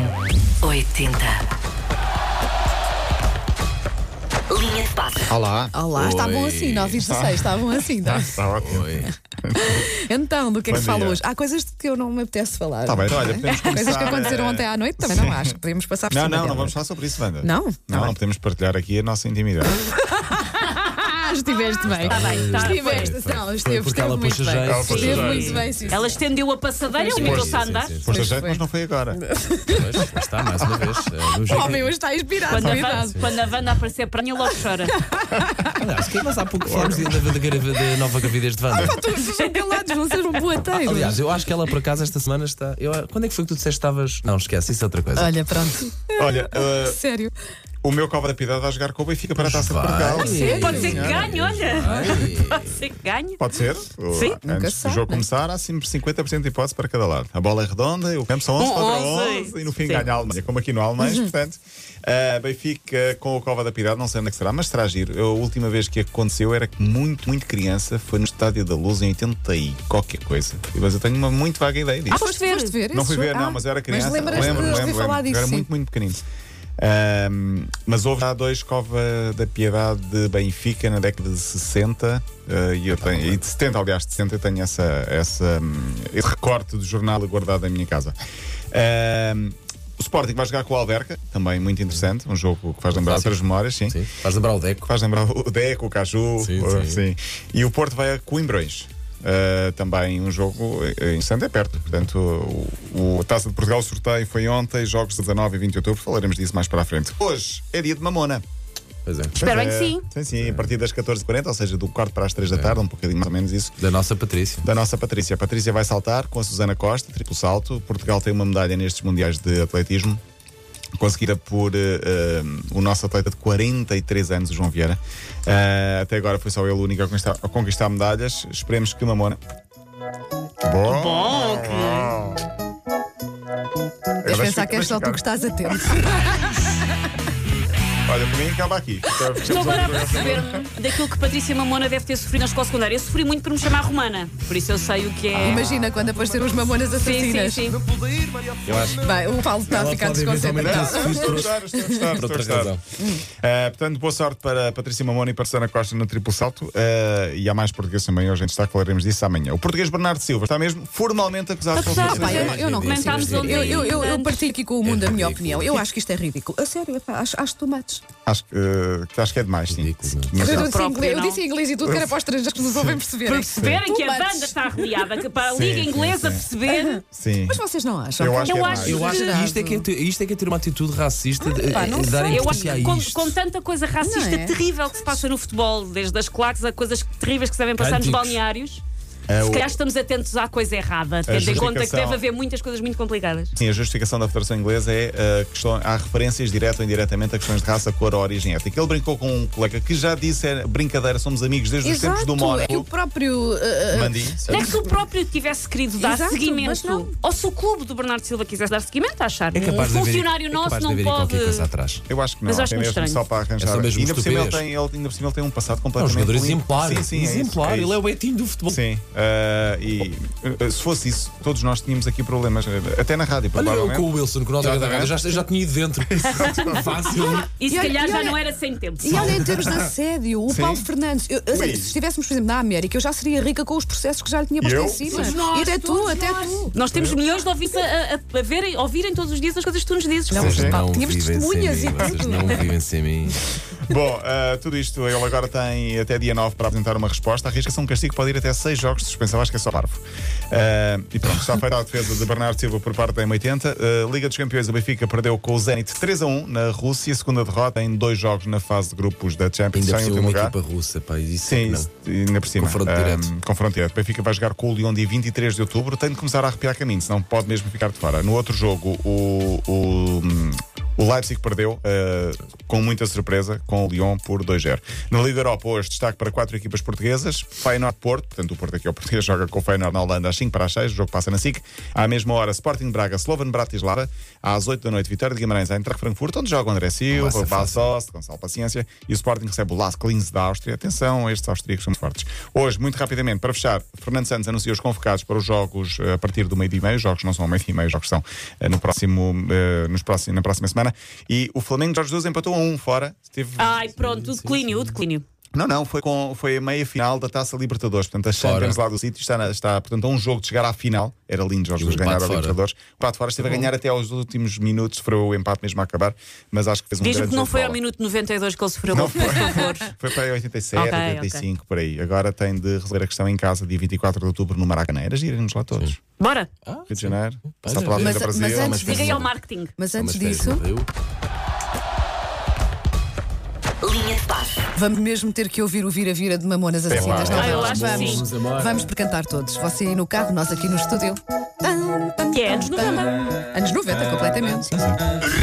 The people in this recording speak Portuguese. M80. Linha de passe. Olá. Olá, está bom assim, 9 e 16, está bom assim. Tá? Está ótimo. Então, do que é que Bom se fala dia. hoje? Há coisas de que eu não me apetece falar. Está bem, olha, podemos começar. Coisas que aconteceram eh, ontem à noite também não acho. que Podíamos passar por Não, não, cima não delas. vamos falar sobre isso, Wanda. Não? Tá Não, bem. não podemos partilhar aqui a nossa intimidade. Ah, estiveste bem. Está bem, está, Estiveste, não, esteve, porque esteve ela muito puxa bem. jeito. Ela puxa Esteve jeito. muito bem, sim. Ela estendeu a passadeira, o Miguel está a andar. Pois a Pois gente, foi. mas não foi agora. Pois, lá está, mais uma vez. eh, Um vamos ver O que- homem hoje está inspirado, Quando a, cuidado. Wanda, quando a Wanda aparecer para mim, logo chora. Aliás, que nós há pouco falámos de- da, da, gravi- da nova gravidez de Ah, Wanda. Tu tu- lá vão ser um boateiro. Aliás, eu acho que ela por acaso esta semana está. Eu, quando é que foi que tu disseste que estavas. Não, esquece, isso é outra coisa. Olha, pronto, Olha, eh, sério. o meu cobra piedade vai jogar com o Benfica para a taça de Vai. Portugal. Sim. Pode ser que senhora. ganhe, olha. Pode ser que ganhe. Pode ser. Sim. Antes Nunca do se sabe. jogo começar, há sempre 50% de hipótese para cada lado. A bola é redonda, e o campo são 11 Um, contra 11, 11 e no fim sim. Uhum. ganha a Alemanha, como aqui no Alemães, portanto. eh, Benfica com o Cova da Piedade, não sei onde é que será, mas será giro. Eu, a última vez que aconteceu era que muito, muito criança foi no Estádio da Luz em 80 e qualquer coisa. Mas eu tenho uma muito vaga ideia Ah, disso. Foste ver? Foste ver Não esse fui Ah, ver, jogo? não, Ah, mas era criança. Mas lembras-te lembro, de lembro, ouvir lembro. falar disso? era sim. muito, muito pequenino. Ahm, mas houve já dois Cova da Piedade de Benfica na década de 60 ah, e, eu tenho, e de 70, aliás, de 60 eu tenho essa, essa, hum, esse recorte do jornal guardado na minha casa. Ahm, o Sporting vai jogar com o Alverca, também muito interessante, um jogo que faz lembrar Clássico. outras memórias, sim. Sim, faz lembrar o Deco. Faz lembrar o Deco, o Caju, Sim, o- sim. sim. E o Porto vai a Coimbrões. Ah, também um jogo eh, interessante é perto. Portanto, o, o- a Taça de Portugal o sorteio foi ontem, jogos de 19 e 20 de outubro. Falaremos disso mais para a frente. Hoje é dia de mamona. Pois é. Espero Pois bem é. que sim. Sim, sim, a partir das 14h40, ou seja, do quarto para as É. 3 da tarde, um bocadinho mais ou menos isso Da nossa Patrícia. da nossa Patrícia. A Patrícia vai saltar com a Susana Costa, triplo salto. Portugal tem uma medalha nestes Mundiais de Atletismo, conseguida por eh, eh, o nosso atleta de 43 anos, o João Vieira. Eh, até agora foi só ele o único a conquistar, a conquistar medalhas. Esperemos que Mamona. Bom! Bom, que... Tens Agora de pensar fica- que és só fica- tu que estás atento. Olha, por mim acaba aqui. Estou agora a perceber-me daquilo que Patrícia Mamona deve ter sofrido na escola secundária. Eu sofri muito por me chamar Romana, por isso eu sei o que é. Imagina quando apareceram os mamonas sim, sim, assassinas. sim. Eu acho. Bem, o Paulo está a Ela ficar então. pode desconcentrado. eventualmente assumir- Estou a gostar, estou a gostar, estou a outra gostar. razão. Uh, portanto, boa sorte para Patrícia Mamona e para Susana Costa no triplo salto. Uh, e há mais português também hoje em destaque, falaremos disso amanhã. O português Bernardo Silva está mesmo formalmente acusado de Acusado, confusão. Pá, eu, eu não Comentámos consigo. ontem. Eu, eu, eu, eu Antes. partilho aqui com o mundo É a minha ridículo. opinião. Eu acho que isto é ridículo. A sério, epá, acho, acho tomates. Acho, que, uh, que acho que é demais, sim. Ridículo, não é? Mas, Eu, não. disse em próprio, inglês, eu não. disse em inglês e tudo que era para os estrangeiros que nos ouvem perceberem. Perceberem que a Tomates. banda está arreliada, que para a Sim, Liga sim, Inglesa sim. perceber. sim. Mas vocês não acham? Eu acho que Eu é acho- demais. Eu acho que isto é que é, ter- isto é, que é ter uma atitude racista. de- pá, não eh, dar sei. Eu acho importância que a com, isto. com tanta coisa racista Não é? terrível que se passa no futebol, desde as claques a coisas terríveis que se devem passar nos Cânticos. balneários, É se o- calhar estamos atentos à coisa errada, tendo em conta que justificação- deve haver muitas coisas muito complicadas. Sim, a justificação da Federação Inglesa é uh, questão, há referências direta ou indiretamente a questões de raça, cor ou origem étnica. Ele brincou com um colega que já disse é brincadeira, somos amigos desde os tempos Exato. do E o Mónaco. próprio. eh, eh, Mandi. Não é que se o próprio tivesse querido dar Exato, mas não. seguimento, ou se o clube do Bernardo Silva quisesse dar seguimento, achar É um capaz de haver- funcionário é capaz nosso de não haver pode. qualquer coisa atrás. um Eu acho que não. Mas acho é muito mesmo estranho. só para arranjar. É só mesmo ainda, por cima ele estupidez. tem, ele, ainda por cima ele tem um passado É um completamente. jogador limpo. exemplar. Sim, sim, é isso, exemplar. é isso. Ele é o Betinho do futebol. Sim, eh, e eh, se fosse isso, todos nós tínhamos aqui problemas, eh, até na rádio, Olha, eu provavelmente. com o Wilson, que o nosso Exatamente. agarrado, já, já tinha ido dentro. Fácil. E se E olha- calhar e já olha- não era sem tempo. E olha, em termos de assédio, o Sim. Paulo Fernandes. eu- eu sei, Ui. se estivéssemos, por exemplo, na América, eu já seria rica com os processos que já lhe tinha posto eu? em cima. Somos nós, e até tu, somos até nós. tu. Nós temos milhões de ouvintes a, a- a verem- ouvirem todos os dias as coisas que tu nos dizes. Não, Vocês pá, não tínhamos vivem sem testemunhas mim, e vocês tudo. é? não vivem sem mim. Bom, eh, tudo isto, ele agora tem até dia 9 para apresentar uma resposta. Arrisca-se um castigo, pode ir até 6 jogos de suspensão, acho que é só parvo. Eh, e pronto, está feita a defesa de Bernardo Silva por parte da M80. Eh, Liga dos Campeões, o Benfica perdeu com o Zenit 3 a 1 na Rússia, segunda derrota em dois jogos na fase de grupos da Champions, só Ainda por em cima último uma lugar. equipa russa, pá, isso é que Sim, não. isso, ainda por cima. Confronto Ahm, direto. confronto direto. Benfica vai jogar com o Lyon dia 23 de outubro. Tem de começar a arrepiar caminho, senão pode mesmo ficar de fora. No outro jogo, o. o hum, O Leipzig perdeu eh, com muita surpresa com o Lyon por 2-0. Na Liga Europa, hoje, destaque para quatro equipas portuguesas: Feyenoord Porto, portanto, o Porto aqui é o português, joga com o Feyenoord na Holanda às 5 para as 6, o jogo passa na SIC. À mesma hora, Sporting Braga, Slovan Bratislava, às 8 da noite, Vitória de Guimarães, Eintracht Frankfurt, onde joga o André Silva, Massa fácil. Bastos, Gonçalo Paciência, e o Sporting recebe o Las Klins da Áustria. Atenção, estes austríacos são muito fortes. Hoje, muito rapidamente, para fechar, Fernando Santos anuncia os convocados para os jogos eh, a partir do meio-dia e meio. Os jogos não são ao meio-dia e meio, os jogos são eh, no próximo, eh, nos próximo- na próxima semana. E o Flamengo de Jorge Jesus empatou a um fora. Esteve- Ai, pronto, o declínio, o declínio. Não, não, foi, com, foi a meia-final da Taça Libertadores. Portanto, a Fora. Champions lá do sítio está, na- está portanto, a um jogo de chegar à final. Era lindo Jorge E o Jesus ganhar empate a fora. Tá Libertadores. O Pato Fora esteve a ganhar até aos últimos minutos, sofreu o empate mesmo a acabar, mas acho que fez um Diz-me grande que não jogo de foi bola. ao minuto 92 que ele sofreu Não gol, foi. por favor. Foi para aí 87, Ok, 85, por aí. Agora tem de resolver a questão em casa, dia 24 de outubro, no Maracanã. Era giro, iremos lá todos. Bora, Ah, Rio de Janeiro, passar Olha. pela Avenida Mas- Brasil. mas antes diga aí ao marketing. Mas Há umas antes férias disso, no Rio. Linha de passe. vamos mesmo ter que ouvir o vira-vira de Mamonas Assassinas. lá. não Ah, eu vamos, acho que sim. vamos, Vamos embora. vamos percantar todos. Você aí no carro, nós aqui no estúdio. Tam, tam, Que é tam, anos tam. 90. Anos 90, completamente.